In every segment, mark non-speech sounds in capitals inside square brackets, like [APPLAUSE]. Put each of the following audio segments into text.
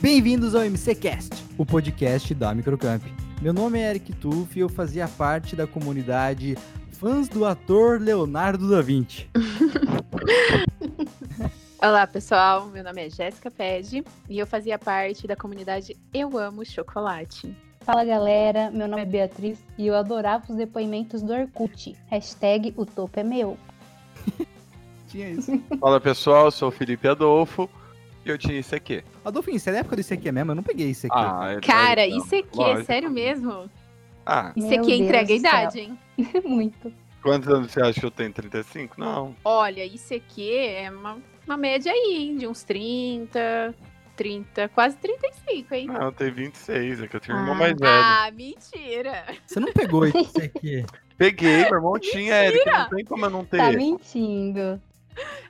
Bem-vindos ao MCCast, o podcast da Microcamp. Meu nome é Eric Tuff e eu fazia parte da comunidade fãs do ator Leonardo da Vinci. Olá, pessoal. Meu nome é Jéssica Pede e eu fazia parte da comunidade Eu Amo Chocolate. Fala galera, meu nome é Beatriz e eu adorava os depoimentos do Orkut. Hashtag o topo é meu. [LAUGHS] Tinha isso. Fala pessoal, eu sou o Felipe Adolfo e eu tinha isso aqui. Adolfinho, você é da época do ICQ mesmo? Eu não peguei ICQ. é Cara, doido, não. isso aqui é Lógico. sério mesmo? Ah, Isso Meu aqui é Deus entrega a do céu. idade, hein? É Muito. quantos anos você acha que eu tenho? 35? Não. Olha, isso aqui é uma, uma média aí, hein? De uns 30, 30, quase 35, hein? Não, eu tenho 26, Ah, é que eu tenho um Ah. irmão mais velho. Ah, mentira! Você não pegou ICQ. Peguei, meu irmão tinha, Eric, não tem como eu não ter. Tá mentindo.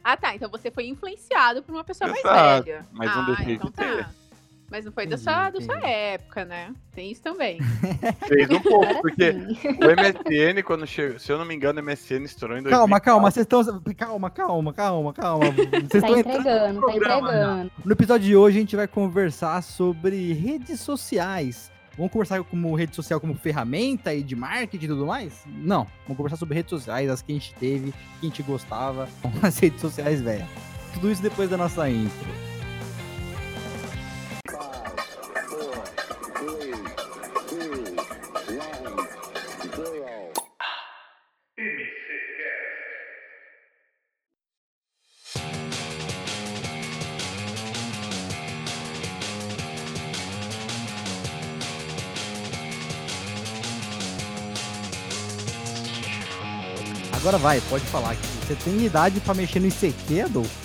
Ah, tá. Então você foi influenciado por uma pessoa mais Exato, velha. mas ah, não deixei de então ter. tá. Mas não foi da Entendi, sua, da sua entendi. época, né? Tem isso também. [LAUGHS] Fez um pouco, porque Sim. o MSN, quando chegou, se eu não me engano, o MSN estourou em 2000. Calma, calma, vocês estão. Calma, calma, calma, calma. Vocês Tá estão entrando. entregando, tá programa, entregando. No episódio de hoje a gente vai conversar sobre redes sociais. Vamos conversar como rede social como ferramenta e de marketing e tudo mais? Não, vamos conversar sobre redes sociais, as que a gente teve, que a gente gostava, [LAUGHS] as redes sociais velhas. Tudo isso depois da nossa intro. Agora vai, pode falar que você tem idade pra mexer no ICQ, Adolfo?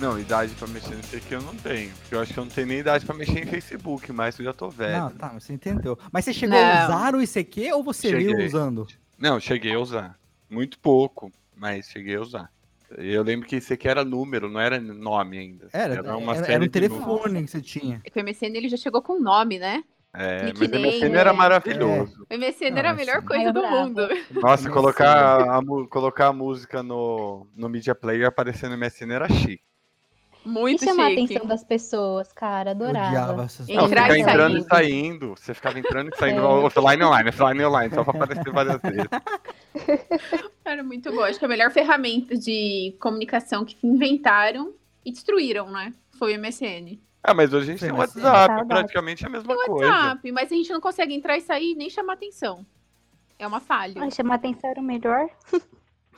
Não, idade pra mexer nisso aqui eu não tenho. Porque eu acho que eu não tenho nem idade pra mexer em Facebook, mas eu já tô velho. Não, tá, mas você entendeu. Mas você chegou a Não. usar o ICQ ou você viu Cheguei. usando? Não, cheguei a usar. Muito pouco, mas cheguei a usar. Eu lembro que isso aqui era número, não era nome ainda. Era, era, uma era, série um de números. telefone que você tinha. É que o MSN ele já chegou com nome, né? É, mas o Nickname, MSN né? era maravilhoso. O MSN Não, era a mas melhor sim. coisa Ai, eu do bravo. mundo. [LAUGHS] Nossa, É. Nossa, colocar, a, mu- colocar a música no, no Media Player aparecendo no MSN era chique. E Muito chamar a chique. atenção das pessoas, cara, Eu odiava adorava. essas Não, Não, Entrar ficar e entrando sair. e saindo. Você ficava entrando e [LAUGHS] saindo É. offline online, offline online, só pra aparecer várias [LAUGHS] vezes. Era muito bom. Acho que a melhor ferramenta de comunicação que inventaram e destruíram, né? Foi o MSN. Ah, mas hoje a gente tem o Sim, mas- WhatsApp, Saudade. praticamente a mesma coisa. WhatsApp, mas a gente não consegue entrar e sair nem chamar atenção. É uma falha. Ai, chamar atenção era o melhor.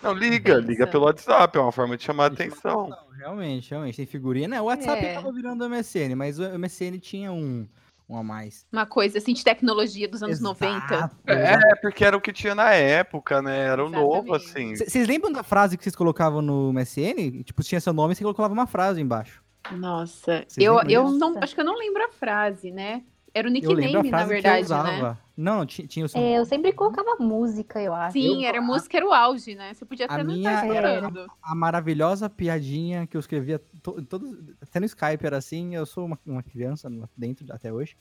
Não, liga, liga pelo WhatsApp, é uma forma de chamar a atenção. Não, realmente, realmente. Tem figurinha, né? O WhatsApp É. acabou virando MSN, mas o MSN tinha um, um a mais. Uma coisa assim de tecnologia dos anos 90. Exato, exato. É, porque era o que tinha na época, né? Era o novo, Exatamente. assim. C- Vocês lembram da frase que vocês colocavam no MSN? Tipo, tinha seu nome e você colocava uma frase embaixo. Nossa, Vocês eu, lembram eu disso? não acho que eu não lembro a frase, né? Era o eu lembro a nickname, na frase verdade, que eu né? usava. Não, ti- tinha o seu É, eu sempre colocava música, eu acho. Sim, era música, era o auge, né? Você podia A até não minha estar era- esperando. A maravilhosa piadinha que eu escrevia to- em todos- até no Skype era assim. Eu sou uma, uma criança lá dentro até hoje.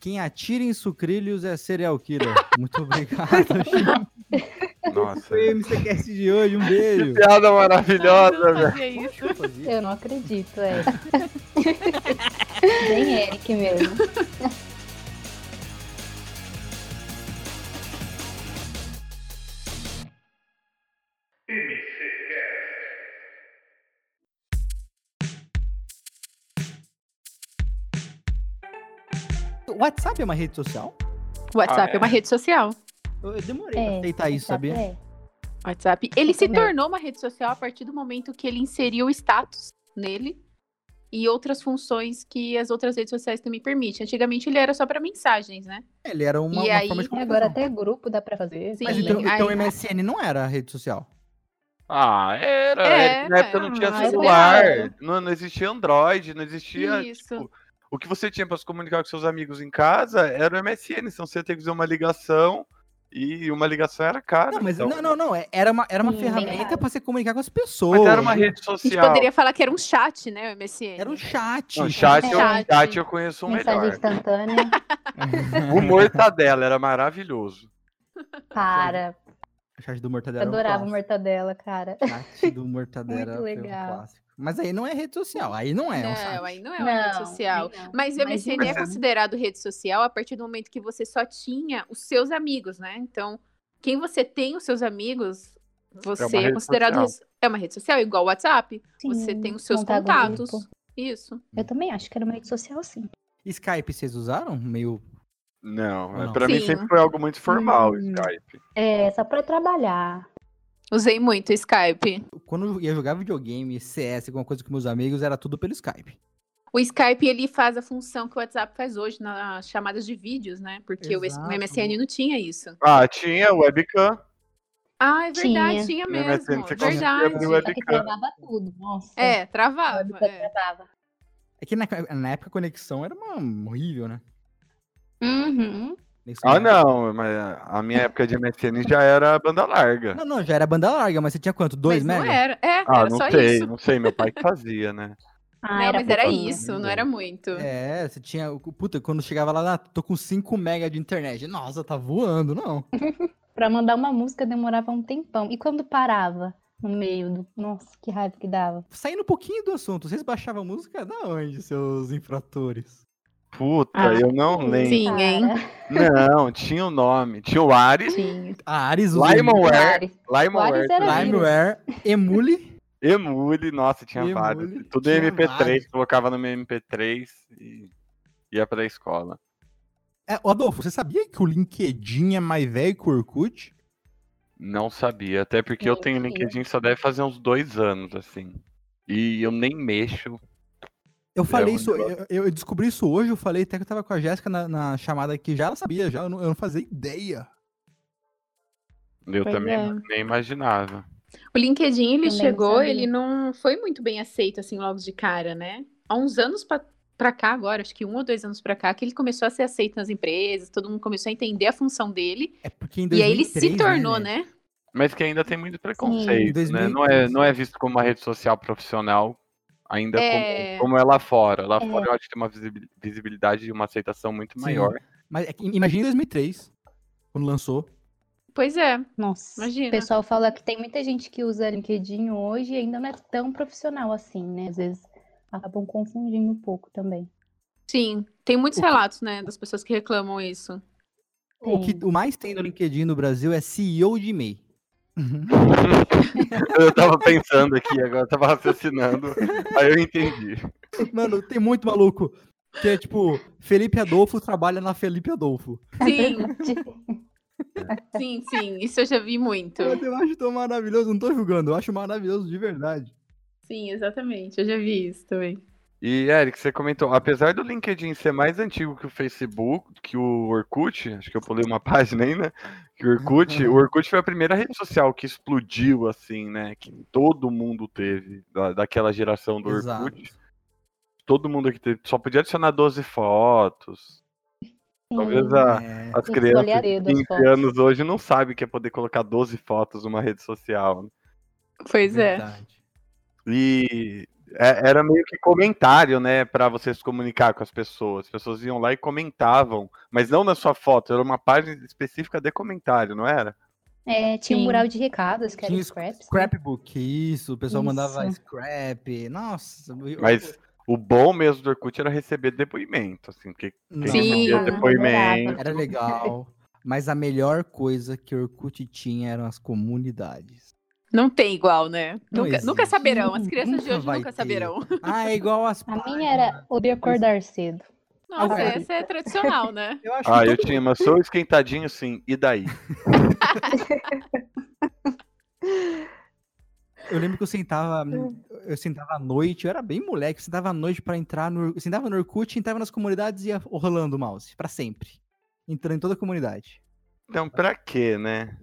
Quem atira em sucrilhos é serial killer. Muito obrigado. [LAUGHS] Chico. Nossa. Foi o MCCast de hoje. Um beijo. Piada Não, maravilhosa, não velho. fazia isso. Eu fazia. Eu não acredito, é. É. [LAUGHS] Bem Eric mesmo. O WhatsApp é uma rede social? O WhatsApp Ah, é. é. uma rede social. Eu eu demorei pra É, aceitar isso, sabe? sabia? É. WhatsApp. Ele se é. Entendeu? tornou uma rede social a partir do momento que ele inseriu o status nele e outras funções que as outras redes sociais também permitem. Antigamente ele era só para mensagens, né? É. Ele era uma, E uma aí- forma de E comunicação. agora até grupo dá pra fazer. Sim. Então, tá Mas tá então, legal. então aí- o MSN não era rede social. Ah, era. É, Eric, na época não era. tinha Ah, é celular, verdade. não, não existia Android, não existia. Isso. tipo, o que você tinha pra se comunicar com seus amigos em casa era o MSN, então você ia ter que fazer uma ligação e uma ligação era Tá cara. Não, mas então- não, não, não. é- Era uma, era uma Sim, ferramenta verdade. pra você comunicar com as Mas pessoas. era uma rede A gente social. poderia falar que era um chat, né, o MSN? Era um chat. Não, chat, [LAUGHS] Chat. eu, chat eu conheço um Mensagem melhor. instantânea. O Mortadela era maravilhoso. Para. O chat do Mortadela. Adorava o mortadela, cara. O chat do Mortadela. Muito foi um legal. clássico. Mas aí não é rede social, aí não é. um site. Não, aí não é uma rede social. aí não. Mas o Mas MSN é né? MSN. considerado rede social a partir do momento que você só tinha os seus amigos, né? Então, quem você tem os seus amigos, você é, rede considerado. É uma rede social, igual o WhatsApp. Sim, você tem os seus montar contatos. grupo. Isso. Eu também acho que era uma rede social, sim. Skype vocês usaram? Meio. Não, Ou não? pra mim Sim. sempre foi algo muito formal o Hum. Skype. É, só pra trabalhar. Usei muito Skype. Quando eu ia jogar videogame, CS, alguma coisa com meus amigos, era tudo pelo Skype. O Skype ele faz a função que o WhatsApp faz hoje nas chamadas de vídeos, né? Porque o, S- o Exato. MSN não tinha isso. Ah, tinha webcam. Ah, é verdade, tinha, No mesmo. MSN você conseguia verdade. abrir o Só que webcam. travava tudo, nossa. É, A travava. webcam é. travava. É que na, na época a conexão era uma, horrível, né? Uhum. Conexão Ah, era- não, mas a minha época de MSN já era banda larga. Não, não, já era banda larga, mas você tinha quanto? Dois mas mega? Não era. É, Ah, era não só sei, isso. não sei, meu pai que fazia, né? Ah, Não, mas era pouquinho, pouquinho. isso, não né? era muito. É, você tinha. o- Puta, quando chegava lá, ah, tô com 5 mega de internet. Nossa, tá voando, não. Pra mandar uma música demorava um tempão. E quando parava no meio do. Nossa, que raiva que dava. Saindo um pouquinho do assunto, vocês baixavam música da onde, seus infratores? Puta, Ah, eu não lembro. Sim, hein? Cara, Não, tinha o nome. Tinha o Ares, [LAUGHS] Tinha. A Ares usa Limeware. Ares. Limeware. Ares era também. vírus. Limeware, Emule. né? Emule, nossa, tinha Emule, vários. Tudo tinha MP3, vários. colocava no meu MP3 e ia pra escola. É, ô, Adolfo, você sabia que o LinkedIn é mais velho que o Orkut? Não sabia, até porque eu Nem tenho sabia. LinkedIn só deve fazer uns dois anos, assim. E eu nem mexo. Eu falei um isso, negócio. eu, eu descobri isso hoje, eu falei até que eu tava com a Jéssica na, na chamada que já ela sabia, já, eu não, eu não fazia ideia. Eu Pois também é. nem imaginava. O LinkedIn, ele Também não chegou, sabia. ele não foi muito bem aceito, assim, logo de cara, né? Há uns anos pra, pra cá, agora, acho que um ou dois anos pra cá, que ele começou a ser aceito nas empresas, todo mundo começou a entender a função dele. É porque em E aí ele 2003, se tornou, né? né? Mas que ainda tem muito preconceito, Sim, né? 2015. Não é, não é visto como uma rede social profissional, ainda É. como, como é lá fora. Lá fora eu acho que tem uma visibil- visibilidade e uma aceitação muito Sim. maior. Mas é que imagina em 2003, quando lançou. Pois é. Nossa, Imagina. o pessoal fala que tem muita gente que usa LinkedIn hoje e ainda não é tão profissional assim, né? Às vezes acabam confundindo um pouco também. Sim. Tem muitos O que- relatos, né, das pessoas que reclamam isso. O que [LAUGHS] o mais tem no LinkedIn no Brasil é CEO de MEI. Eu tava pensando aqui agora, eu tava raciocinando. Aí eu entendi. Mano, tem muito maluco que é tipo, Felipe Adolfo trabalha na Felipe Adolfo. Sim, Sim. [LAUGHS] sim, sim. Isso eu já vi muito. Mas eu acho tão maravilhoso, não tô julgando, eu acho maravilhoso de verdade. Sim, exatamente. Eu já vi isso também. E, Eric, você comentou, apesar do LinkedIn ser mais antigo que o Facebook, que o Orkut, acho que eu pulei uma [LAUGHS] página aí, né? Que o Orkut, o Orkut foi a primeira rede social que explodiu, assim, né? Que todo mundo teve, da- daquela geração do Exato. Orkut. Todo mundo que teve, só podia adicionar 12 fotos. Talvez a- É, as Escolher crianças a de dedo as 15 fotos. anos hoje não sabem que é poder colocar 12 fotos numa rede social, né? Pois é. verdade. E é- era meio que comentário, né, Pra você se comunicar com as pessoas. As pessoas iam lá e comentavam, mas não na sua foto, era uma página específica de comentário, não era? É, tinha Sim. um mural de recados, que era Tinha scraps. né? Scrapbook, isso, o pessoal mandava Isso. scrap. Nossa, eu- Mas o bom mesmo do Orkut era receber depoimento, assim, porque Não, quem Sim. é recebia depoimento. era legal. Mas a melhor coisa que o Orkut tinha eram as comunidades. Não tem igual, né? Não nunca, nunca existe. saberão. As Nunca crianças de hoje vai nunca ter. saberão. Ah, é igual as A minha era odeio acordar cedo. Nossa, Ah, essa [LAUGHS] é tradicional, né? Eu acho Ah, que eu todo- tinha, mas sou esquentadinho sim, e daí? Eu lembro que eu sentava, É. eu sentava à noite, eu era bem moleque, eu sentava à noite pra entrar no, eu sentava no Orkut, entrava nas comunidades e ia rolando o mouse pra sempre, entrando em toda a comunidade. Então, pra quê, né?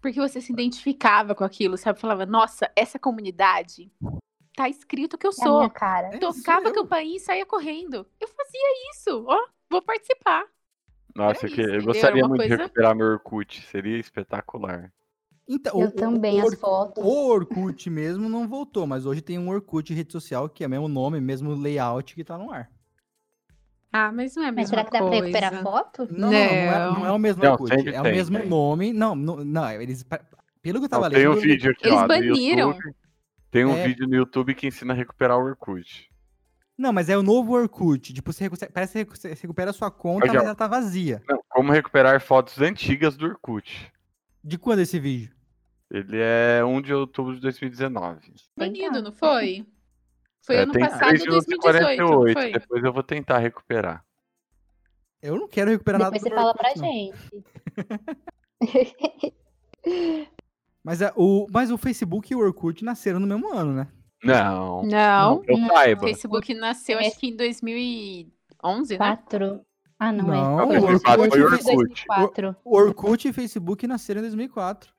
Porque você se identificava com aquilo, sabe? Falava, nossa, essa comunidade tá escrito que eu É a minha sou. cara. É, Tocava sou a campainha e saía correndo. Eu fazia isso. Ó, vou participar. Nossa, Era É isso, que- eu entendeu? gostaria Era uma muito de coisa- recuperar meu Orkut, seria espetacular. Então, o- Eu o- também, o, as fotos. o Orkut mesmo não voltou, mas hoje tem um Orkut rede social que é mesmo nome, mesmo layout que tá no ar. Ah, mas não é a Mas mesma será que dá pra coisa. recuperar foto? Não, não, não, é, não é o mesmo Não, Orkut, sempre é o tem, mesmo tem. nome, não, não, não, eles, pa- pelo que eu tava Não, tem lendo, um vídeo aqui, Eles ó, do baniram. YouTube. Tem um É. vídeo no YouTube que ensina a recuperar o Orkut. Não, mas é o novo Orkut. Tipo, você recu- parece que recu- você recupera a sua conta, Mas é mas o- ela tá vazia. Não, como recuperar fotos antigas do Orkut. De quando esse vídeo? Ele é 1 de outubro de 2019. Banido, não foi? Foi É, ano tem passado, 3 minutos e 2018, não foi? Depois eu vou tentar recuperar. Eu não quero recuperar nada Depois do você meu fala Orkut, pra não. gente. Mas, é, o, mas o Facebook e o Orkut nasceram no mesmo ano, né? Não. Não, que eu Não. o saiba. Facebook nasceu acho que em 2011, né? Quatro. Ah, não, é. Não, Não, o Foi Orkut, 2004 Orkut foi o de Orkut. 2004. o Orkut e Facebook nasceram em 2004. O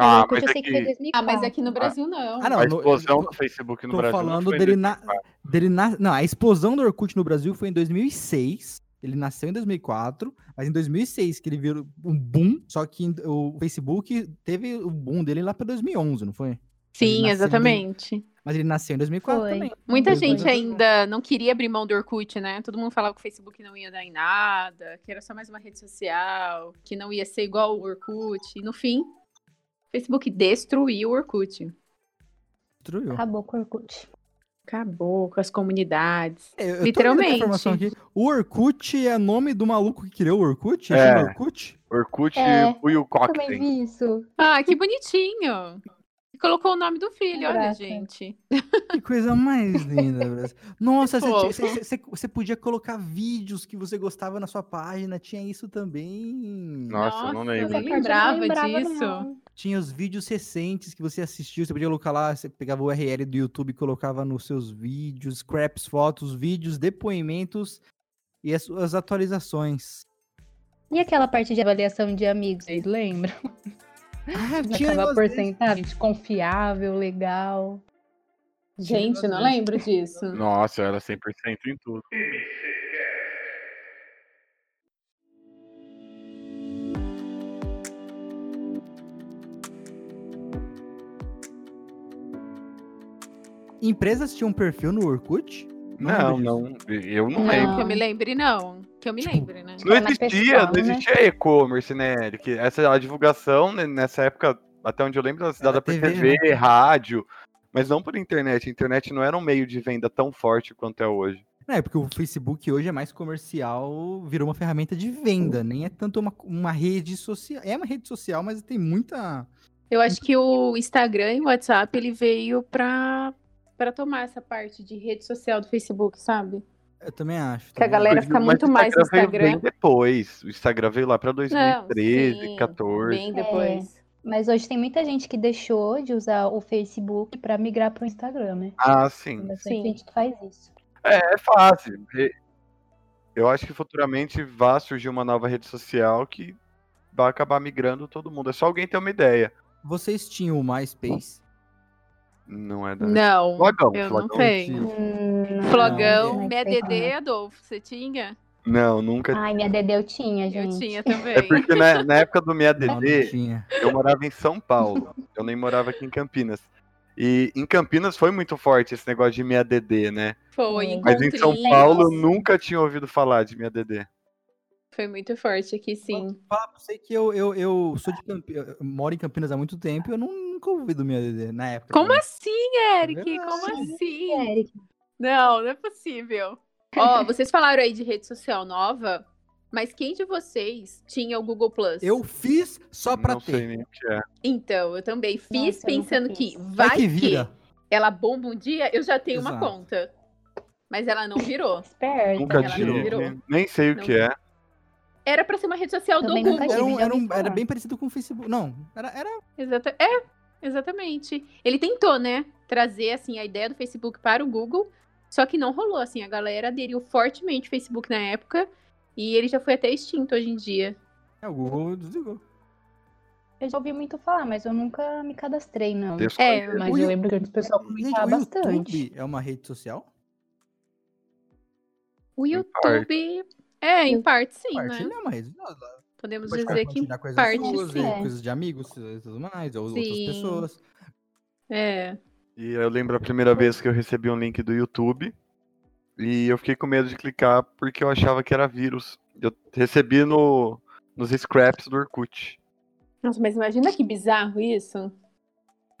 Ah, Orkut mas eu é sei que foi em que 2004. Ah, mas aqui no Brasil não. Ah, não. a no- explosão tô- do Facebook no Tô Brasil. não falando foi em dele, na, dele na, Não, a explosão do Orkut no Brasil foi em 2006. Ele nasceu em 2004, mas em 2006 que ele virou um boom. Só que em- o Facebook teve o boom dele lá pra 2011, não foi? Ele nasceu Sim, em exatamente. Mas ele nasceu em 2004 Foi. também. Muita Dois gente anos. ainda não queria abrir mão do Orkut, né? Todo mundo falava que o Facebook não ia dar em nada, que era só mais uma rede social, que não ia ser igual o Orkut. E no fim, o Facebook destruiu o Orkut. Destruiu. Acabou com o Orkut. Acabou com as comunidades. É, eu tô vendo Literalmente. aqui a informação aqui. O Orkut é nome do maluco que criou o Orkut? É. Chama Orkut? Orkut É, e Will Também Cocktail. vi isso. Ah, que bonitinho! Colocou o nome do filho, olha, Graça. gente. Que coisa mais linda, Brasil. Nossa, Que você, fofo. tinha- você- você- você podia colocar vídeos que você gostava na sua página, tinha isso também. Nossa, eu não Nossa, lembro. nem Essa parte eu não lembrava disso. não. Tinha os vídeos recentes que você assistiu, você podia colocar lá, você pegava o URL do YouTube e colocava nos seus vídeos, scraps, fotos, vídeos, depoimentos e as suas atualizações. E aquela parte de avaliação de amigos, vocês lembram? Ah, tinha Aquela negócio desse. porcentagem confiável, legal. Gente, não lembro disso. Nossa, eu era 100% em tudo. Empresas tinham um perfil no Orkut? Não, lembro não. Eu não, Não. lembro. Que eu me lembre, não. Que eu me Tipo, lembre, né? Não Era mais existia, pessoal, não né? existia e-commerce, né, Eric? Essa a divulgação né, nessa época, até onde eu lembro, era dada por TV, TV, né? rádio, mas não por internet. A internet não era um meio de venda tão forte quanto é hoje. É, porque o Facebook hoje é mais comercial, virou uma ferramenta de venda, nem é tanto uma, uma rede social. É uma rede social, mas tem muita. Eu acho que o Instagram e o WhatsApp ele veio pra, pra tomar essa parte de rede social do Facebook, sabe? Eu também acho. tá Que a também galera acho. fica Mas muito o mais no veio bem Instagram. depois. O Instagram veio lá para 2013, sim, 14. Bem depois. Mas hoje tem muita gente que deixou de usar o Facebook pra migrar pro Instagram, né? Ah, Tem sim. bastante Sim. gente que faz isso. É, é fácil. E- Eu acho que futuramente vai surgir uma nova rede social que vai acabar migrando todo mundo. É só alguém ter uma ideia. Vocês tinham o MySpace? Não é da. Não, Flogão, eu não Flogão. tenho. não, Flogão, não. minha DD, Adolfo, você tinha? Não, nunca [LAUGHS] Ai, minha Dedé eu tinha, gente. Eu tinha também. É porque na, na época do minha Não, não DD, tinha. eu morava em São Paulo. Eu nem morava aqui em Campinas. E em Campinas foi muito forte esse negócio de minha DD, né? Foi, Mas em São encontrinhos. Paulo eu nunca tinha ouvido falar de minha DD. Foi muito forte aqui, sim. Falar pra você que eu, eu, eu sou de Campinas, eu moro em Campinas há muito tempo e eu nu- nunca ouvi do minha DD na época. Como né? assim, Eric? Como verdade. assim? É, Eric, Não, não é possível. Ó, vocês falaram aí de rede social nova, mas quem de vocês tinha o Google Plus? Eu fiz só pra não ter. sei nem o que é. Então, eu também fiz Nossa, eu nunca pensando fiz. que Vai, vai que que vira. ela bomba um dia, eu já tenho uma Exato. conta. Mas ela não virou. esperta. Nunca ela tinha. não virou. Nem sei o Não que é. Era pra ser uma rede social do Também nunca Google. tive. Era, um- já era um- ouvi era falar. bem parecido com o Facebook. Não, era, era Exata- É, exatamente. Ele tentou, né, trazer assim a ideia do Facebook para o Google, só que não rolou assim, a galera aderiu fortemente ao Facebook na época e ele já foi até extinto hoje em dia. é, o Google desligou. Eu já ouvi muito falar, mas eu nunca me cadastrei, não. É, Desconheço. Mas O eu Yu- lembro que o pessoal Gente, o comentava bastante. YouTube é uma rede social? O Em YouTube é, em parte sim, Parte né? não é uma rede social. Podemos Pode dizer que compartilhar coisas parte suas, sim. e É. coisas de amigos e tudo mais, ou outras Sim. pessoas. é. E eu lembro a primeira vez que eu recebi um link do YouTube e eu fiquei com medo de clicar porque eu achava que era vírus. Eu recebi no, nos scraps do Orkut. Nossa, mas imagina que bizarro isso.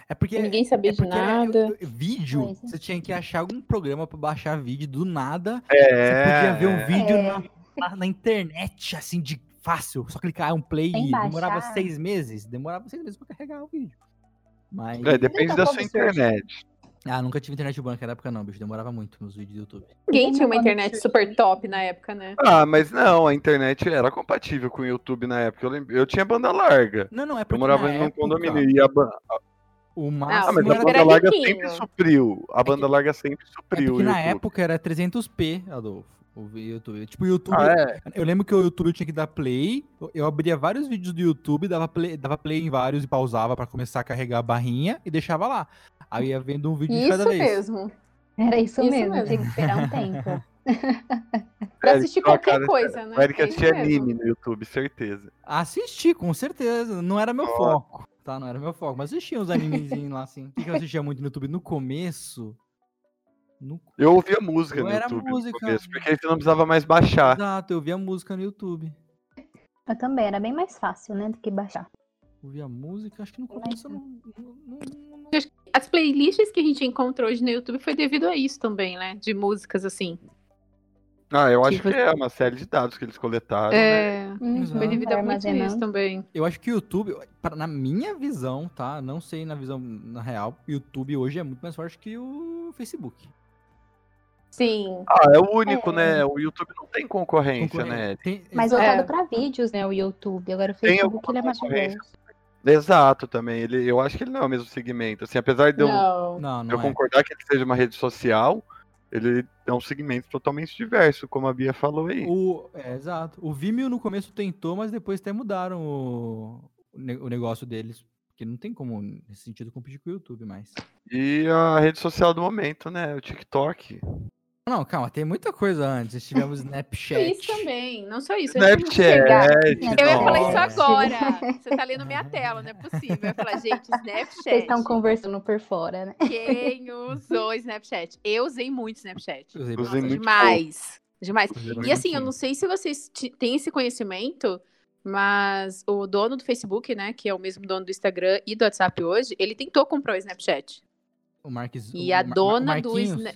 É porque. Ninguém sabia é de porque era- nada. eu- eu- vídeo, Pois é. você tinha que achar algum programa pra baixar vídeo do nada. Você É. podia ver um vídeo É. na- na, na internet, assim, de fácil. Só clicar um play Sem e demorava baixar. seis meses. Demorava seis meses pra carregar o vídeo. Mas. É, depende Então, da qual sua que surge? internet. Ah, nunca tive internet boa naquela época, não, bicho. Demorava muito nos vídeos do YouTube. Ninguém tinha uma Quando internet surgiu. super top na época, né? Ah, mas não, a internet era compatível com o YouTube na época. Eu, lembro, eu tinha banda larga. Não, não, é porque. Eu morava na em um época, condomínio e a, ban- O Ah, máximo mas a era. banda larga pequenininho. sempre supriu. A banda larga sempre É supriu. porque o na YouTube. época era 300p, Adolfo. O YouTube. Tipo, o YouTube. Ah, é? Eu lembro que o YouTube eu tinha que dar play. eu- Eu abria vários vídeos do YouTube, dava play, dava play em vários e pausava pra começar a carregar a barrinha e deixava lá. Aí ia vendo um vídeo de cada Isso vez. mesmo. Era isso, Isso mesmo, mesmo. tem que esperar um tempo. Pra Eric, assistir ó, qualquer cara, coisa, né? O Eric É assistia isso mesmo. anime no YouTube, certeza. Assisti, com certeza. Não era meu Ó. foco. Tá, não era meu foco. Mas assistia uns animezinhos lá, assim. O que que eu assistia muito no YouTube? No começo. No... Eu ouvia música Eu no era YouTube música. no começo, porque aí você não precisava mais baixar. Exato, eu via música no YouTube. Eu também, era bem mais fácil, né, do que baixar. Ouvia música, acho que no começo eu não. não- não- não- não- As playlists que a gente encontrou hoje no YouTube foi devido a isso também, né? De músicas assim. Ah, eu acho Tipo- que é uma série de dados que eles coletaram, né? É, Exato. foi devido Vai a muito isso Então, armazenando. também. Eu acho que o YouTube, pra- na minha visão, tá? Não sei na visão na real, o YouTube hoje é muito mais forte que o Facebook. Sim. Ah, é o único, É. né? O YouTube não tem concorrência, né? Concorrente. Tem- Mas exa- voltado É. pra vídeos, né, o YouTube. Agora o Tem Facebook, alguma ele é mais concorrência? diverso. Exato, também. Ele, eu acho que ele não é o mesmo segmento. Assim, apesar de eu, Não. não, de não eu é. concordar que ele seja uma rede social, ele é um segmento totalmente diverso, como a Bia falou aí. O, é, exato. O Vimeo no começo tentou, mas depois até mudaram o, o ne- o negócio deles. Porque não tem como, nesse sentido, competir com o YouTube mais. E a rede social do momento, né? O TikTok. Não, calma, tem muita coisa antes. [LAUGHS] Tivemos Snapchat. Isso também. Não só é isso. a gente não chegar. Snapchat. né? Eu ia falar Nossa. isso agora. Você tá lendo minha tela, não é possível. Eu ia falar, gente, Vocês estão Snapchat. conversando por fora, né? Quem usou Snapchat? Eu usei muito Snapchat. Usei Usei bastante. muito Demais. Demais. Usei E assim, eu bastante. não sei se vocês ti- têm esse conhecimento, mas o dono do Facebook, né, que é o mesmo dono do Instagram e do WhatsApp hoje, ele tentou comprar o Snapchat. O Marques, E o a Mar- Mar- dona do Marquinhos, Sna-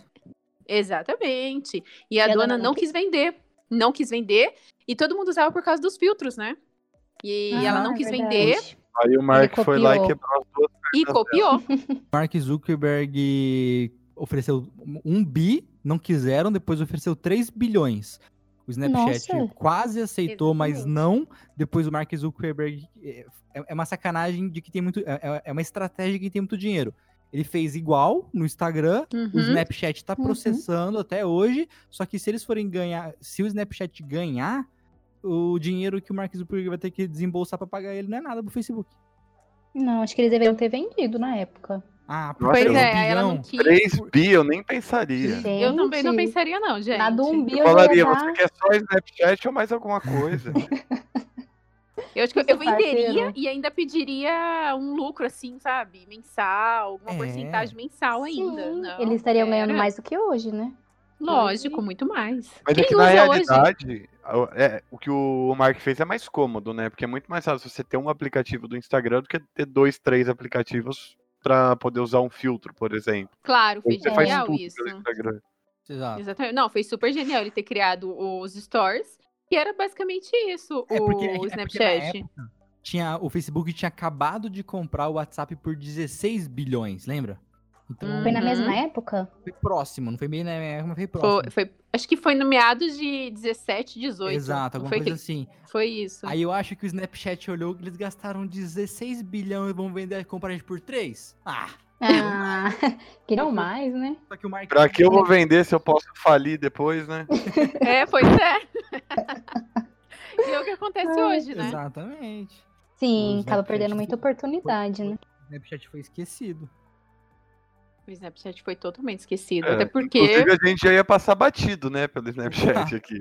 Exatamente. E a ela dona não não quis quis. vender. Não quis vender. E todo mundo usava por causa dos filtros, né? E ela Ah, não é quis verdade. vender Aí o Mark Ele foi lá e copiou. quebrou as duas. e copiou. Mark Zuckerberg ofereceu um bi, não quiseram, depois ofereceu 3 bilhões. O Snapchat Nossa. quase aceitou, mas Exatamente. não. Depois o Mark Zuckerberg. É, é uma sacanagem de que tem muito. É, é uma estratégia que tem muito dinheiro. Ele fez igual no Instagram, o Uhum. Snapchat tá Uhum. processando até hoje. Só que se eles forem ganhar. Se o Snapchat ganhar, o dinheiro que o Mark Zuckerberg vai ter que desembolsar pra pagar ele não é nada pro Facebook. Não, acho que eles deveriam ter vendido na época. Ah, por Nossa, Pois eu- três é, aí ela bilhão? não quis. 3 bi, eu nem pensaria. Eu também não Gente, pensaria, não, gente. Na do Eu Umbi já falaria, ia você dar- quer só Snapchat ou mais alguma [LAUGHS] coisa? Eu acho que eu Você faz, venderia Pedro? e ainda pediria um lucro, assim, sabe? Mensal, alguma É. porcentagem mensal ainda. Sim, Não, eles estariam ganhando era. mais do que hoje, né? Lógico, muito mais. Mas Quem é que na usa hoje? realidade, o- é, o que o Mark fez é mais cômodo, né? Porque é muito mais fácil você ter um aplicativo do Instagram do que ter dois, três aplicativos pra poder usar um filtro, por exemplo. Claro, foi Aí você faz genial tudo isso. né? pelo Instagram. Exato. Exatamente. Não, foi super genial ele ter criado os stories, que era basicamente isso, É porque- é o porque na Snapchat. tinha, o Facebook tinha acabado de comprar o WhatsApp por 16 bilhões, lembra? Então, Hum. Foi na Uhum. mesma época? foi próximo, não foi bem na época, mas foi próximo. Foi- foi- acho que foi no meados de 17, 18. Exato, não alguma foi, coisa que- assim. foi isso. Aí eu acho que o Snapchat olhou que eles gastaram 16 bilhões e vão vender comprar a gente por 3. Ah, [LAUGHS] Ah, queriam mais, né? só que o Mark Pra que eu vou vender se eu posso falir depois, né? É, pois é. [LAUGHS] e é o que acontece hoje, né? Exatamente. Sim, Os é acaba Snapchat perdendo muita oportunidade, né? O Snapchat foi esquecido. O Snapchat foi totalmente esquecido. É, até porque. Inclusive, a gente já ia passar batido, né, pelo [LAUGHS] Snapchat aqui.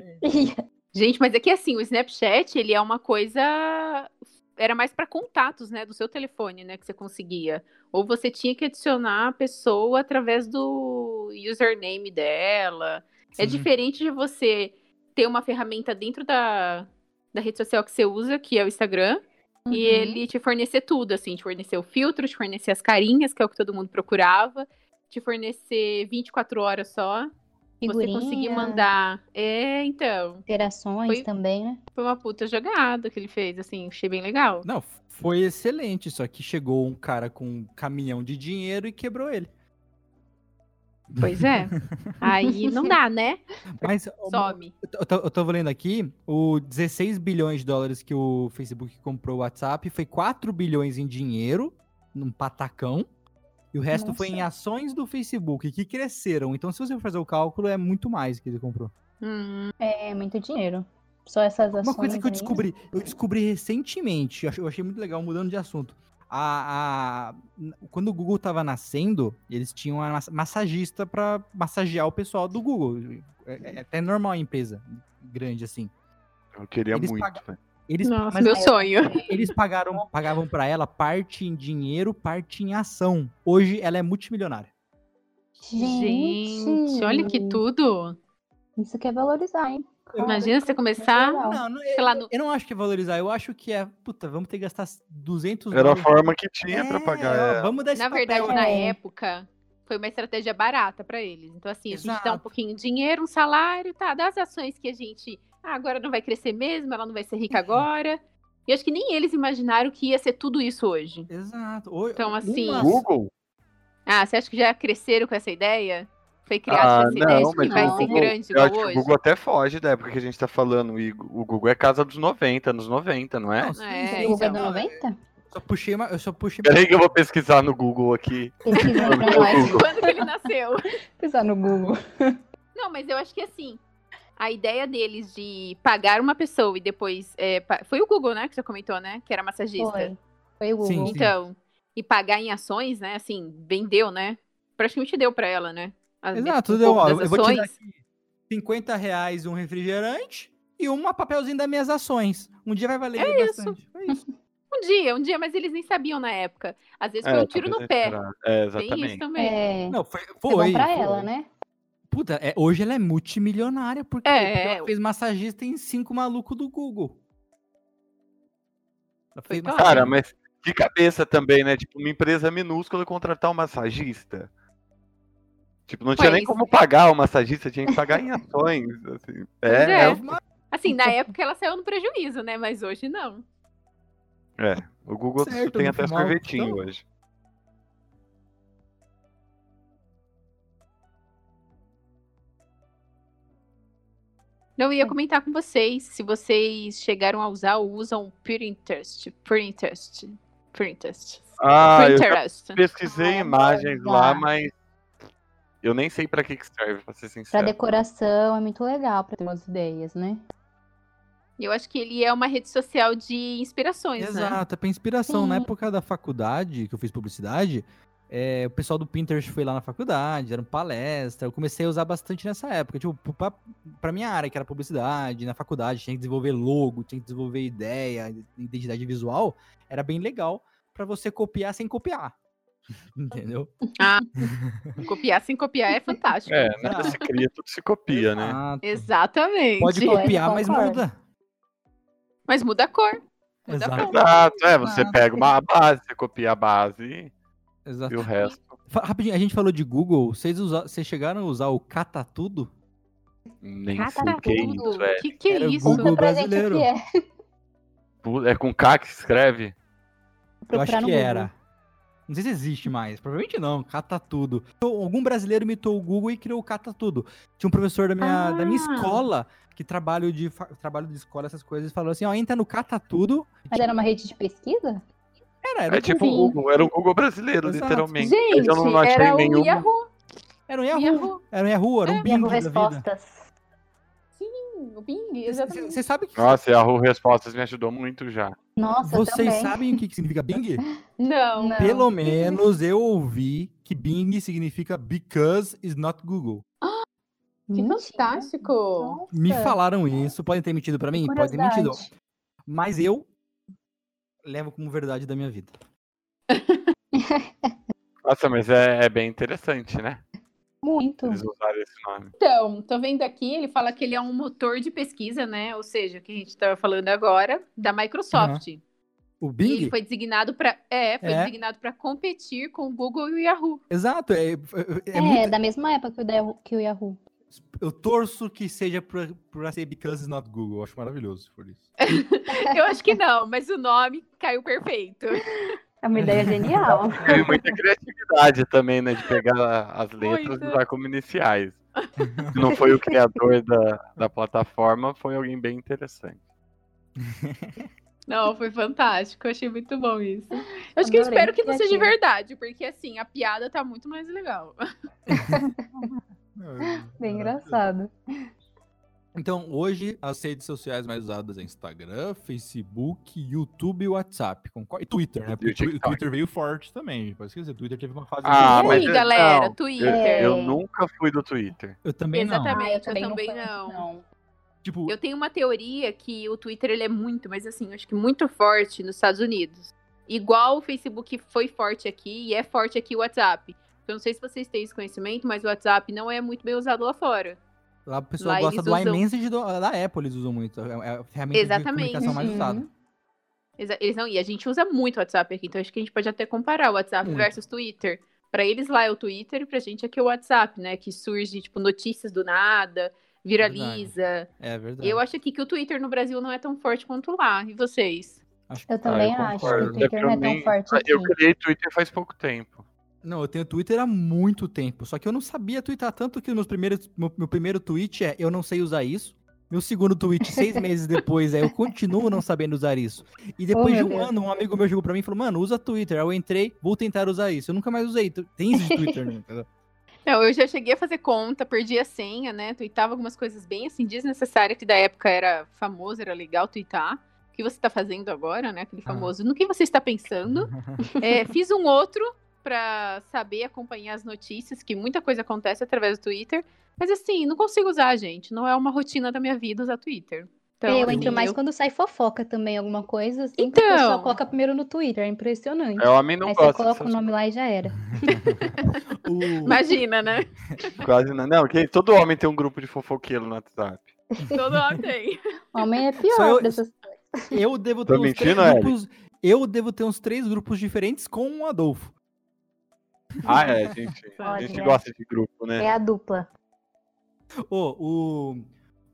Gente, mas é que assim, o Snapchat, ele é uma coisa. Era mais para contatos, né? Do seu telefone, né? Que você conseguia. Ou você tinha que adicionar a pessoa através do username dela. É Sim. diferente de você ter uma ferramenta dentro da, da rede social que você usa, que é o Instagram, Uhum. E ele te fornecer tudo, assim, te fornecer o filtro, te fornecer as carinhas, que é o que todo mundo procurava, te fornecer 24 horas só, Figurinha, você conseguir mandar. É, então, Interações Foi- também, né? foi uma puta jogada que ele fez, assim, achei bem legal. Não, foi excelente, só que chegou um cara com um caminhão de dinheiro e quebrou ele. Pois [LAUGHS] é. Aí não dá, né? Mas Some. eu tô- eu, tô- eu tava lendo aqui, o 16 bilhões de dólares que o Facebook comprou o WhatsApp foi 4 bilhões em dinheiro, num patacão, e o resto foi em Nossa. ações do Facebook, que cresceram. Então, se você for fazer o cálculo, é muito mais que ele comprou. Hum, É muito dinheiro. Só essas ações. Uma coisa que eu aí, descobri, eu descobri recentemente, eu ach- eu achei muito legal, mudando de assunto. A, a- n- quando o Google tava nascendo, eles tinham uma massa- massagista para massagear o pessoal do Google. É, é até normal a empresa grande assim. Eu queria Eles muito. né? pagam- velho. Eles, nossa, mas meu sonho. eles pagaram, pagavam para ela parte em dinheiro, parte em ação. Hoje ela é multimilionária. Gente, olha que tudo. Isso que é valorizar, hein? Imagina você começar, Legal. Não, não, eu, sei lá, no... eu não acho que é valorizar, eu acho que é, puta, vamos ter que gastar 200 Era a dólares. forma que tinha pra É, pagar. ó, ela. Vamos dar esse Na papel verdade, né? aqui. na É. época, foi uma estratégia barata pra eles. Então, assim, a gente dá um Exato. pouquinho de dinheiro, um salário, tá? Das ações que a gente. Ah, agora não vai crescer mesmo, ela não vai ser rica agora. E acho que nem eles imaginaram que ia ser tudo isso hoje. Exato. Oi- Então, uma- assim, Google? Ah, você acha que já cresceram com essa ideia? Foi criada Ah, essa ideia não, de que mas vai o ser Google- grande Eu igual acho que o hoje? Google até foge da época que a gente tá falando. E o Google é casa dos 90, anos 90, não é? Não, sim, É, sim, É, sim, Google é então. do não, [LAUGHS] 90? eu Só puxei uma, eu só puxei Peraí que eu vou pesquisar no Google aqui. Pesquisa aí pra Google. nós. Quando que ele nasceu? Pesquisar no Google. Não, mas eu acho que assim, a ideia deles de pagar uma pessoa e depois. é, pa- Foi o Google, né? Que você comentou, né? Que era massagista. Foi. Foi o Sim, Google. sim. Então, e pagar em ações, né? Assim, vendeu, né? Praticamente deu pra ela, né? A- Exato, um deu, pouco ó, das eu vou te dar ações. 50 reais um refrigerante e um papelzinho das minhas ações. Um dia vai valer É isso. bastante. É isso. Um dia, um dia, mas eles nem sabiam na época. Às vezes foi É, um tiro no talvez pé. esperar. É, Tem isso exatamente. também. É. Não, foi, Foi bom foi, pra foi. ela, né? Puta, é, hoje ela é multimilionária porque, É, porque é. ela fez massagista em cinco malucos do Google. Ela Foi fez top. massagista. Cara, mas que cabeça também, né? Tipo, uma empresa minúscula contratar um massagista. Tipo, não tinha Ué, nem isso- como pagar o massagista, tinha que pagar em ações. assim. Pois É, é. é, o- Assim, na época ela saiu no prejuízo, né? Mas hoje não. o Google Certo, tem no até final, sorvetinho então. hoje. Então, Eu ia Hum. comentar com vocês se vocês chegaram a usar ou usam Pinterest. Pinterest. Pinterest. Ah, eu já Pinterest. pesquisei Ah, imagens olha. lá, mas eu nem sei pra que, que serve, pra ser Pra sincero. decoração, é muito legal pra ter umas ideias, né? Eu acho que ele é uma rede social de inspirações, né? Exato, é pra inspiração. Na Sim. época da faculdade, que eu fiz publicidade, é, o pessoal do Pinterest foi lá na faculdade, era palestra. Eu comecei a usar bastante nessa época. Tipo, pu- pra, pra minha área, que era publicidade, na faculdade, tinha que desenvolver logo, tinha que desenvolver ideia, identidade visual. Era bem legal pra você copiar sem copiar. [LAUGHS] Entendeu? Copiar sem copiar é fantástico. É, nada se cria, tudo se copia, né? Exato. Exatamente. Pode Gente, copiar, mas concordo. muda. Mas muda a cor. Muda a Exato. forma. Exato, é, você Exato. pega uma base, você copia a base Exato. e o resto. Fa- Rapidinho, a gente falou de Google. Vocês, usa- vocês chegaram a usar o Catatudo? Nem Ah, sei tá o que é isso, tudo. é. Que que é Era o isso? Google Conta pra gente o brasileiro. que é. Pu- É com K que escreve? Eu acho Procurar no que Google. era. Não sei se existe mais. Provavelmente não. Cata tudo. Então, Algum brasileiro imitou o Google e criou o Cata tudo. Tinha um professor da minha, da minha Ah. escola que trabalho de fa- trabalho de escola essas coisas falou assim, ó, entra no Cata tudo. Mas era um uma rede de pesquisa? Era, era É o tipo o Google. Google, era o Google brasileiro, Exato. literalmente. Gente, eu não achei era o nenhum. Yahoo. Era um Yahoo, Yahoo. era um Yahoo, era um Bing É, Yahoo da vida. Respostas. Sim, o Bing, exatamente. Você sabe que Nossa, Yahoo Respostas me ajudou muito já. Nossa, eu vocês também. sabem o que que significa [LAUGHS] Bing? Não. Não. Pelo menos eu ouvi que Bing significa because is not Google. Que Mentira. fantástico. Nossa, Me falaram isso, podem ter mentido pra mim, podem ter mentido, É. curiosidade. mas eu levo como verdade da minha vida. Nossa, mas é, é bem interessante, né? Muito. Eles usaram esse nome. Então, tô vendo aqui, ele fala que ele é um motor de pesquisa, né? Ou seja, o que a gente estava falando agora, da Microsoft. O E Bing? ele foi designado para é, foi É. designado para competir com o Google e o Yahoo. Exato. É, é- é É, muito- da mesma época que o, Yahoo- que o Yahoo. Eu torço que seja pra, pra ser Because is Not Google. Eu acho maravilhoso se for É. isso. Eu acho que não, mas o nome caiu perfeito. É uma ideia [LAUGHS] genial. Teve muita criatividade também, né? De pegar as letras e Muita. usar como iniciais. Se não foi o criador da, da plataforma, foi alguém bem interessante. Não, foi fantástico. Eu achei muito bom isso. Eu acho que eu Adorei, espero que não seja de criativo. verdade, porque assim, a piada tá muito mais legal. [LAUGHS] Bem engraçado. É. Então, hoje, as redes sociais mais usadas é Instagram, Facebook, YouTube e WhatsApp. Concor- E Twitter, né? E o Porque o TikTok. Twitter veio forte também. Pode esquecer, Twitter teve uma fase... Ah, muito boa. e aí, mas- eu- galera, não, Twitter. Eu, É. eu nunca fui do Twitter. Eu também não. Exatamente. Ah, eu também fui não. muito, não. Tipo, Eu tenho uma teoria que o Twitter ele é muito, mas assim, eu acho que muito forte nos Estados Unidos. Igual o Facebook foi forte aqui e é forte aqui o WhatsApp. Eu não sei se vocês têm esse conhecimento, mas o WhatsApp não é muito bem usado lá fora. lá o pessoal lá gosta eles do usam- iMessage do- da Apple, eles usam muito. É a ferramenta de Exatamente. comunicação mais Uhum. usada. Eles, eles não, e a gente usa muito o WhatsApp aqui, então acho que a gente pode até comparar o WhatsApp Muito. versus Twitter. Pra eles lá é o Twitter e pra gente aqui é o WhatsApp, né? Que surge, tipo, notícias do nada, viraliza. É verdade. Eu acho aqui que o Twitter no Brasil não é tão forte quanto lá. E vocês? Acho que- Eu também Ah, eu acho que concordo. o Twitter não é Pra mim, tão forte aqui. Eu criei Twitter faz pouco tempo. Não, eu tenho Twitter há muito tempo. Só que eu não sabia twittar tanto que meus primeiros, meu, meu primeiro tweet é eu não sei usar isso. Meu segundo tweet, [LAUGHS] seis meses depois, é eu continuo não sabendo usar isso. E depois de Oh, meu um Deus. ano, um amigo meu chegou pra mim e falou, mano, usa Twitter. Aí eu entrei, vou tentar usar isso. Eu nunca mais usei. Tu- Tem isso de Twitter, [LAUGHS] né? Não, eu já cheguei a fazer conta, perdi a senha, né? Tuitava algumas coisas bem assim, desnecessárias, que da época era famoso, era legal tuitar. O que você tá fazendo agora, né? Aquele Ah. famoso. No que você está [LAUGHS] pensando? É, fiz um outro pra saber acompanhar as notícias, que muita coisa acontece através do Twitter. Mas assim, não consigo usar, gente. Não é uma rotina da minha vida usar Twitter. Então, eu assim, entro mais eu- quando sai fofoca também, alguma coisa. Assim, então... Então. O pessoal coloca primeiro no Twitter, é impressionante. É, o homem não Aí você gosta. coloca o dessas nome lá e já [LAUGHS] era. O- Imagina, né? coisas, Quase não. Não, que todo homem tem um grupo de fofoqueiro no WhatsApp. Todo homem [LAUGHS] tem. Homem é Só pior. eu- dessas- Eu devo Tô ter uns três mentindo, Eric? grupos... Eu devo ter uns três grupos diferentes com o Adolfo. Ah, é, a gente, a gente Olha. gosta de grupo, né? É a dupla. Ô, o,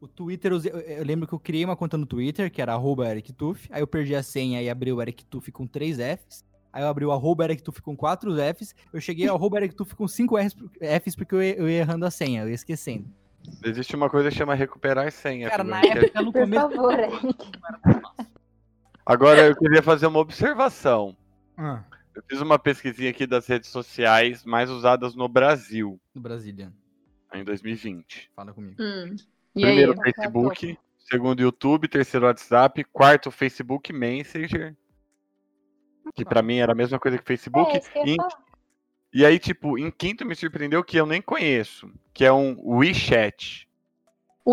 o Twitter, eu, eu lembro que eu criei uma conta no Twitter, que era arroba EricTuff, aí eu perdi a senha e abri o EricTuff com 3 Fs, aí eu abri o arroba EricTuff com 4 Fs, eu cheguei ao arroba EricTuff com 5 Rs por- Fs porque eu ia, eu ia errando a senha, eu ia esquecendo. Existe uma coisa que chama recuperar as senhas. Cara, também, na que é- época, no Por começo... favor, Eric. Agora eu queria fazer uma observação. Ah, Eu fiz uma pesquisinha aqui das redes sociais mais usadas no Brasil né, do Brasília, em 2020. fala comigo. Hum. E Primeiro aí? Qual que é a Facebook, segundo YouTube, terceiro WhatsApp, quarto Facebook Messenger, que pra mim era a mesma coisa que Facebook. É, isso que eu e, ia em- falar. e aí, tipo, em quinto me surpreendeu que eu nem conheço, que é um WeChat. O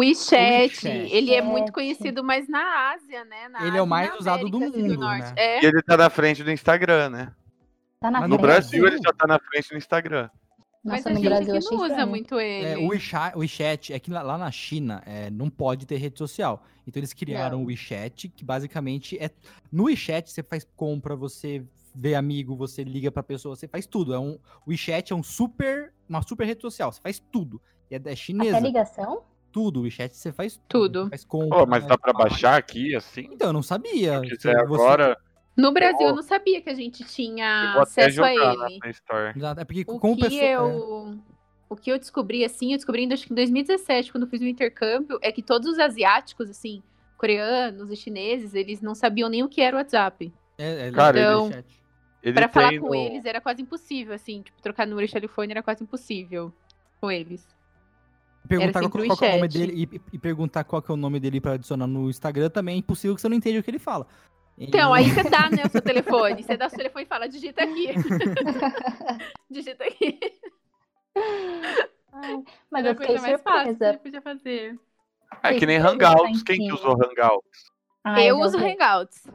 WeChat. WeChat, ele é muito WeChat. conhecido, mas na Ásia, né? Na Ele é Ásia o e mais na usado do América, assim, mundo, norte. né? É, E ele tá na frente do Instagram, né? Tá na Mas No frente. Brasil ele já tá na frente do Instagram. mas Nossa, a no gente Brasil aqui achei não usa estranho. muito ele. É, o WeChat, o WeChat, é que lá, lá na China é, não pode ter rede social. Então eles criaram É. o WeChat, que basicamente é. No WeChat você faz compra, você vê amigo, você liga pra pessoa, você faz tudo. É um, o WeChat é um super, uma super rede social, você faz tudo. E é, da chinesa, Até ligação? tudo. O WeChat você faz Tudo. Você Faz compra. Pô, mas dá pra fala. baixar aqui, assim? Então, eu não sabia. Se Se quiser você- agora, No Brasil, Ó. eu não sabia que a gente eu tinha vou até acesso a jogar na é ele. Play Store. Exato, É porque O como que pessoa. é. eu... O que eu descobri, assim, eu descobri ainda acho que em 2017, quando eu fiz o intercâmbio, é que todos os asiáticos, assim, coreanos e chineses, eles não sabiam nem o que era o WhatsApp. É, é, Cara, é o ele- WeChat. Ele Pra falar tem com no- eles era quase impossível, assim, tipo, trocar número de telefone era quase impossível com eles. Perguntar qual, sempre o qual que é o nome WeChat. dele e, e perguntar qual que é o nome dele pra adicionar no Instagram também é impossível que você não entenda o que ele fala. Então, E- aí você dá, né, o seu telefone. Você dá o seu telefone e fala, digita aqui. [LAUGHS] digita aqui. Ai, Mas Era eu a fiquei coisa mais fácil que surpresa. você podia fazer. É que nem Hangouts. Quem que usou Hangouts? Ai, eu já uso usei. Hangouts.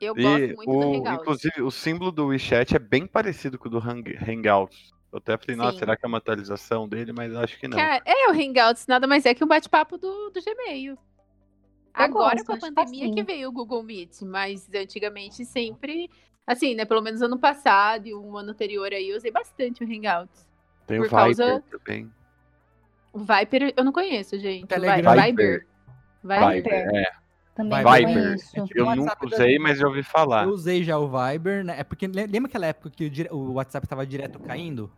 Eu E gosto muito do o, Hangouts. inclusive, o símbolo do WeChat é bem parecido com o do Hang- Hangouts. Eu até falei, nossa, Sim. será que é uma atualização dele? Mas acho que não. Cara, é o Hangouts, nada mais é que um bate-papo do, do Gmail. Agora com a gosto, acho pandemia que facinho. veio o Google Meet, mas antigamente sempre, assim, né? Pelo menos ano passado e um ano anterior aí eu usei bastante o Hangouts. Tem o Por Viper causa- também. O Viper eu não conheço, gente. O Vi- Telegram. Viber. Viber. Viper, é. Também Viber. não é Viber. conheço. Tipo Eu WhatsApp da- nunca usei, mas já ouvi falar. Eu usei já o Viber, né? É porque le- lembra aquela época que o, dire- o WhatsApp tava direto caindo?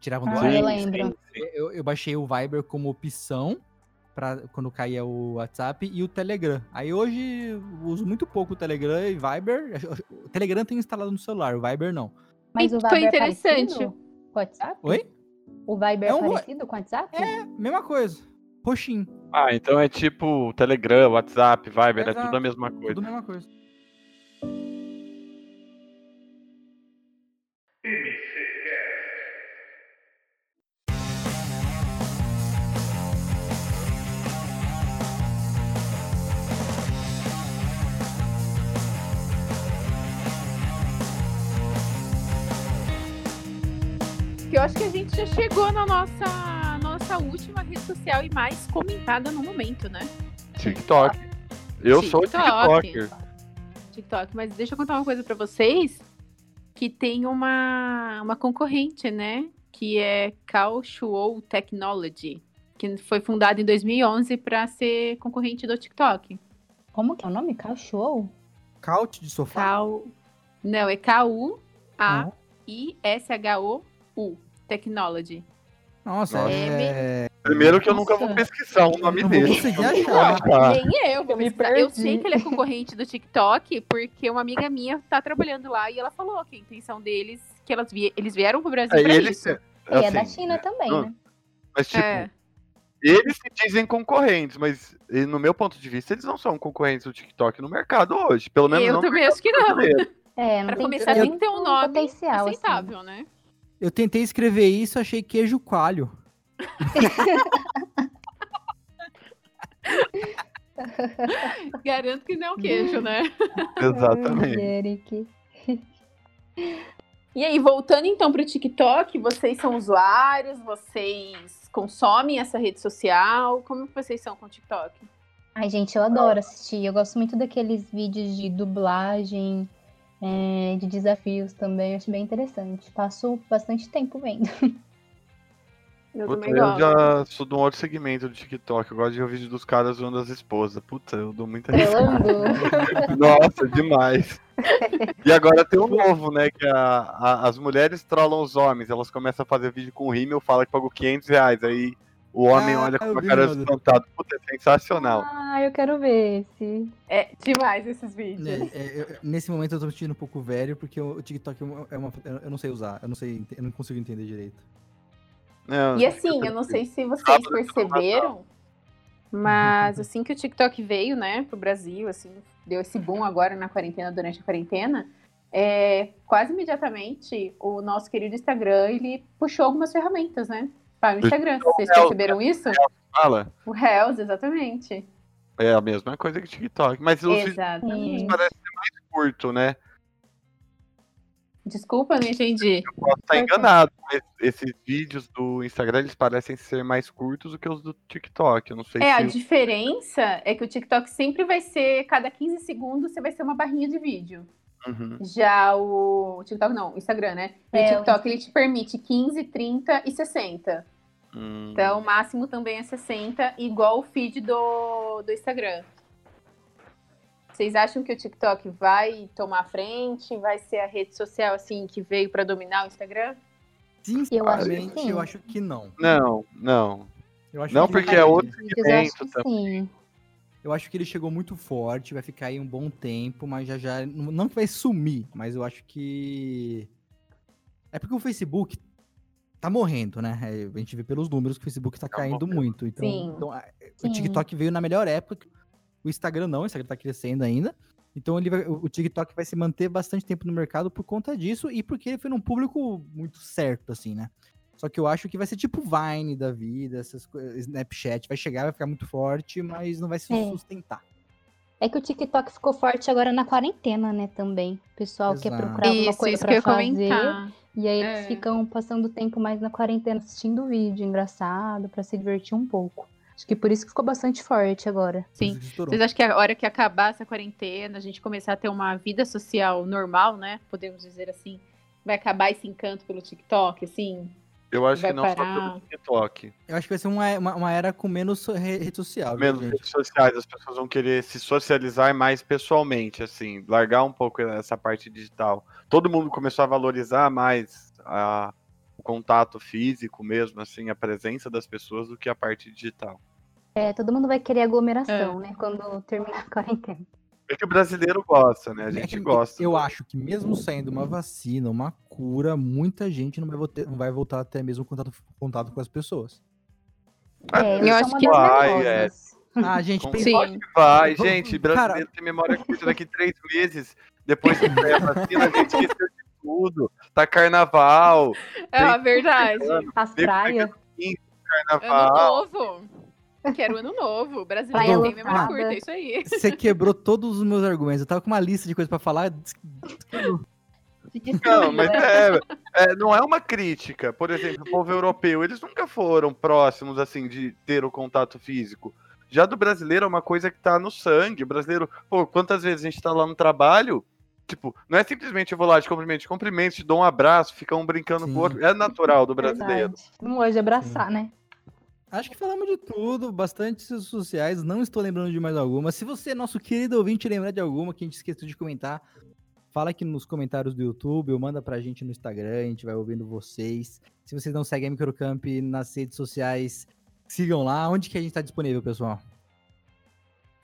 Tirava do Ah, ar. eu lembro. Eu, eu baixei o Viber como opção para quando caía o WhatsApp e o Telegram. Aí hoje eu uso muito pouco o Telegram e Viber. [LAUGHS] Acho- acho- O Telegram tem instalado no celular, o Viber não. Mas o Foi Viber interessante. é parecido com o WhatsApp? Oi? O Viber É um é wa- parecido com o WhatsApp? É, mesma coisa. Roxinho, Ah, então é tipo Telegram, WhatsApp, Viber, é Exato. tudo a mesma coisa. tudo a mesma coisa. Que eu acho que a gente já chegou na nossa, nossa última rede social e mais comentada no momento, né? TikTok. Eu sou TikTok. TikToker. TikTok. Mas deixa eu contar uma coisa pra vocês. Que tem uma, uma concorrente, né? Que é Kaohsiung Technology. Que foi fundada em 2011 pra ser concorrente do TikTok. Como que é o nome? Cachorro? Couch de sofá. Kao... Não, é K-U-A-I-S-H-O-U. Technology. Nossa, Nossa. é... Primeiro que eu nunca vou Nossa. pesquisar o nome Não vou dele. conseguir Eu nunca achar. né? vou achar. Nem eu, vou Eu me pesquisar. Eu perdi. sei que ele é concorrente do TikTok, porque uma amiga minha tá trabalhando lá e ela falou que a intenção deles, que elas vie- eles vieram pro Brasil Aí pra eles, isso. E é da assim, China também, não- né? Mas, tipo, É. eles se dizem concorrentes, mas e, no meu ponto de vista, eles não são concorrentes do TikTok no mercado hoje. Pelo menos Eu não é também acho que não. brasileiro. É, não Pra tem, começar, não tem que ter um nome potencial, assim. Aceitável, né? Eu tentei escrever isso, achei queijo coalho. Garanto que não é um queijo, né? Exatamente. Eric. E aí, voltando então pro TikTok, vocês são usuários, vocês consomem essa rede social? Como que vocês são com o TikTok? Ai, gente, eu adoro assistir. Eu gosto muito daqueles vídeos de dublagem, é, de desafios também. Eu acho bem interessante. Passo bastante tempo [LAUGHS] vendo. Eu Puta, também eu gosto. já sou de um outro segmento do TikTok. Eu gosto de ver o vídeo dos caras zoando as esposas. Puta, eu dou muita risada. Trelando. Nossa, demais. E agora tem o novo, né? Que a- a- as mulheres trollam os homens. Elas começam a fazer vídeo com rímel, fala que pagou 500 reais. Aí o homem Ah, olha com eu uma vi, cara mano. espantada. Puta, é sensacional. Ah, eu quero ver esse. É demais esses vídeos. É, é, eu- nesse momento eu tô me sentindo um pouco velho, porque o o TikTok é uma. é uma- eu- Eu não sei usar, eu não sei, ente- eu não consigo entender direito. Não, E assim, eu não sei se vocês perceberam, mas assim que o TikTok veio, né, pro Brasil, assim, deu esse boom agora na quarentena, durante a quarentena, é, quase imediatamente o nosso querido Instagram, ele puxou algumas ferramentas, né, para o Instagram. Vocês perceberam isso? Fala. O Reels, exatamente. É a mesma coisa que TikTok. Mas os vídeos Exatamente. parecem ser mais curto, né? Desculpa, não entendi. Posso estar Certo. enganado, mas esses vídeos do Instagram eles parecem ser mais curtos do que os do TikTok. Eu não sei É, a se. diferença é que o TikTok sempre vai ser, cada 15 segundos, você vai ser uma barrinha de vídeo. Uhum. Já o TikTok, não, o Instagram, né? E É, o TikTok, ele te permite 15, 30 e 60. Hum. Então, o máximo também é 60, igual o feed do, do Instagram. Vocês acham que o TikTok vai tomar a frente? Vai ser a rede social, assim, que veio pra dominar o Instagram? Sinceramente, eu acho, sim. que não. Não, não. Eu acho Não, que porque ele, é outro Vídeos, eu acho segmento que sim. Eu acho que ele chegou muito forte, vai ficar aí um bom tempo, mas já já. Não que vai sumir, mas eu acho que. É porque o Facebook tá morrendo, né? É, A gente vê pelos números que o Facebook tá Tá caindo morrendo. muito. Então, Sim. então, a- o Sim. TikTok veio na melhor época. O Instagram não, o Instagram tá crescendo ainda. Então ele vai- o o TikTok vai se manter bastante tempo no mercado por conta disso e porque ele foi num público muito certo, assim, né? Só que eu acho que vai ser tipo Vine da vida, essas coisas, Snapchat vai chegar, vai ficar muito forte, mas não vai se É. sustentar. É que o TikTok ficou forte agora na quarentena, né, também. O pessoal quer Exato. procurar alguma coisa pra fazer. E aí eles É. ficam passando o tempo mais na quarentena assistindo vídeo engraçado pra se divertir um pouco. Acho que por isso que ficou bastante forte agora. Sim. Estourou. Vocês acham que a hora que acabar essa quarentena, a gente começar a ter uma vida social normal, né? Podemos dizer assim, vai acabar esse encanto pelo TikTok, assim? Eu acho Vai que não parar. só pelo TikTok. Eu acho que vai ser uma, uma, uma era com menos so- re- rede social. viu, Menos gente? redes sociais, as pessoas vão querer se socializar mais pessoalmente, assim, largar um pouco essa parte digital. Todo mundo começou a valorizar mais a- o contato físico mesmo, assim, a presença das pessoas do que a parte digital. É, todo mundo vai querer É. aglomeração, né? Quando terminar a quarentena. É que o brasileiro gosta, né? A É gente que gosta. Eu acho que mesmo saindo uma vacina, uma cura, muita gente não vai, volte- não vai voltar até mesmo contato, contato com as [LAUGHS] pessoas. É, eu sou acho uma que- das Vai, Ah, é. nervosas. Ah, gente, Com- pensa- Sim. Vai, Vamos- gente, brasileiro tem memória curta daqui três meses, depois que sair a vacina, a gente esqueceu de tudo. Tá carnaval, É a verdade. As Nego praias, Ano carnaval. novo. Quero ano novo. Praia Brasileiro tem memória lotada. curta, é isso aí. você quebrou todos os meus argumentos. Eu tava com uma lista de coisas pra falar. de destruir, Não, mas né? é, é, não é uma crítica. Por exemplo, o povo europeu, eles nunca foram próximos assim de ter o contato físico. Já do brasileiro é uma coisa que tá no sangue. O brasileiro, pô, quantas vezes a gente tá lá no trabalho, tipo, não é simplesmente eu vou lá, te cumprimento, te cumprimento, te dou um abraço, fica um brincando Sim. com o outro. É natural do [LAUGHS] brasileiro. Verdade. Não hoje abraçar, Hum. né? Acho que falamos de tudo, bastante redes sociais. Não estou lembrando de mais alguma. Se você, nosso querido ouvinte, lembrar de alguma que a gente esqueceu de comentar, fala aqui nos comentários do YouTube ou manda pra gente no Instagram. A gente vai ouvindo vocês. Se vocês não seguem a Microcamp nas redes sociais, sigam lá. Onde que a gente tá disponível, pessoal?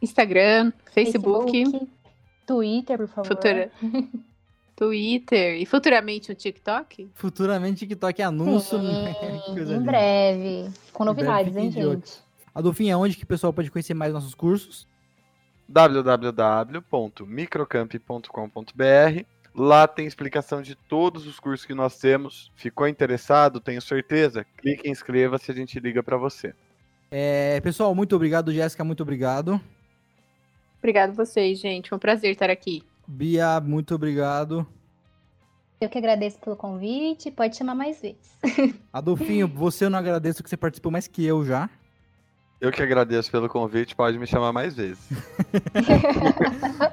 Instagram, Facebook, né? Twitter, por favor. futura... Twitter e futuramente o TikTok. Futuramente TikTok é anúncio. né? [LAUGHS] Que Sim, coisa Hum, em linda. breve. Em breve, Com novidades, fiquem hein, de olho. gente? Adolfinho, é onde que o pessoal pode conhecer mais nossos cursos? www.microcamp.com.br. Lá tem explicação de todos os cursos que nós temos. Ficou interessado? Tenho certeza? Clique em inscreva-se, a gente liga pra você. É, pessoal, muito obrigado, Jéssica, muito obrigado. Obrigado a vocês, gente. Foi um prazer estar aqui. Bia, muito obrigado. Eu que agradeço pelo convite. Pode chamar mais vezes. [LAUGHS] Adolfinho, você eu não agradeço que você participou mais que eu já. Eu que agradeço pelo convite, pode me chamar mais [LAUGHS] vezes.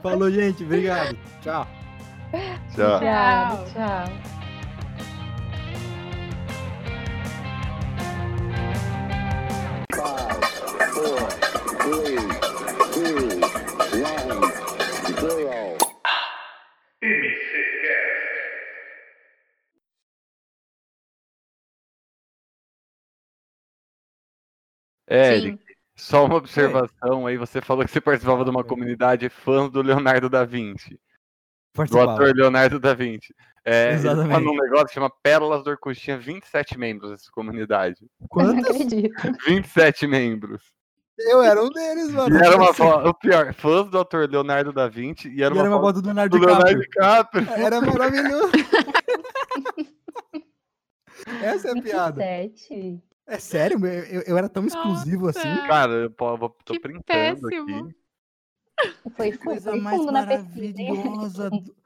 Falou, gente, obrigado. Tchau. [LAUGHS] Tchau. Tchau. tchau. É, Eric, só uma observação aí. Você falou que você participava de uma comunidade fã do Leonardo da Vinci. Do Participava. ator Leonardo da Vinci. É, Exatamente. Exatamente. um negócio que chama Pérolas do Orkut. Tinha 27 membros dessa comunidade. Eu não Quantos? acredito. 27 membros. [LAUGHS] Eu era um deles, E mano. era uma foto, o pior, fãs do ator Leonardo da Vinci e era assim, E uma, era uma foto foto do do Leonardo Leonardo DiCaprio. DiCaprio. É, Era maravilhoso. [LAUGHS] Essa é a piada. 27. É sério, meu? eu, eu era tão exclusivo Nossa. assim. Cara, eu po- vou- tô Que printando péssimo. aqui. Foi Coisa foi mais fundo na pesquisa, hein? [LAUGHS] maravilhosa. do-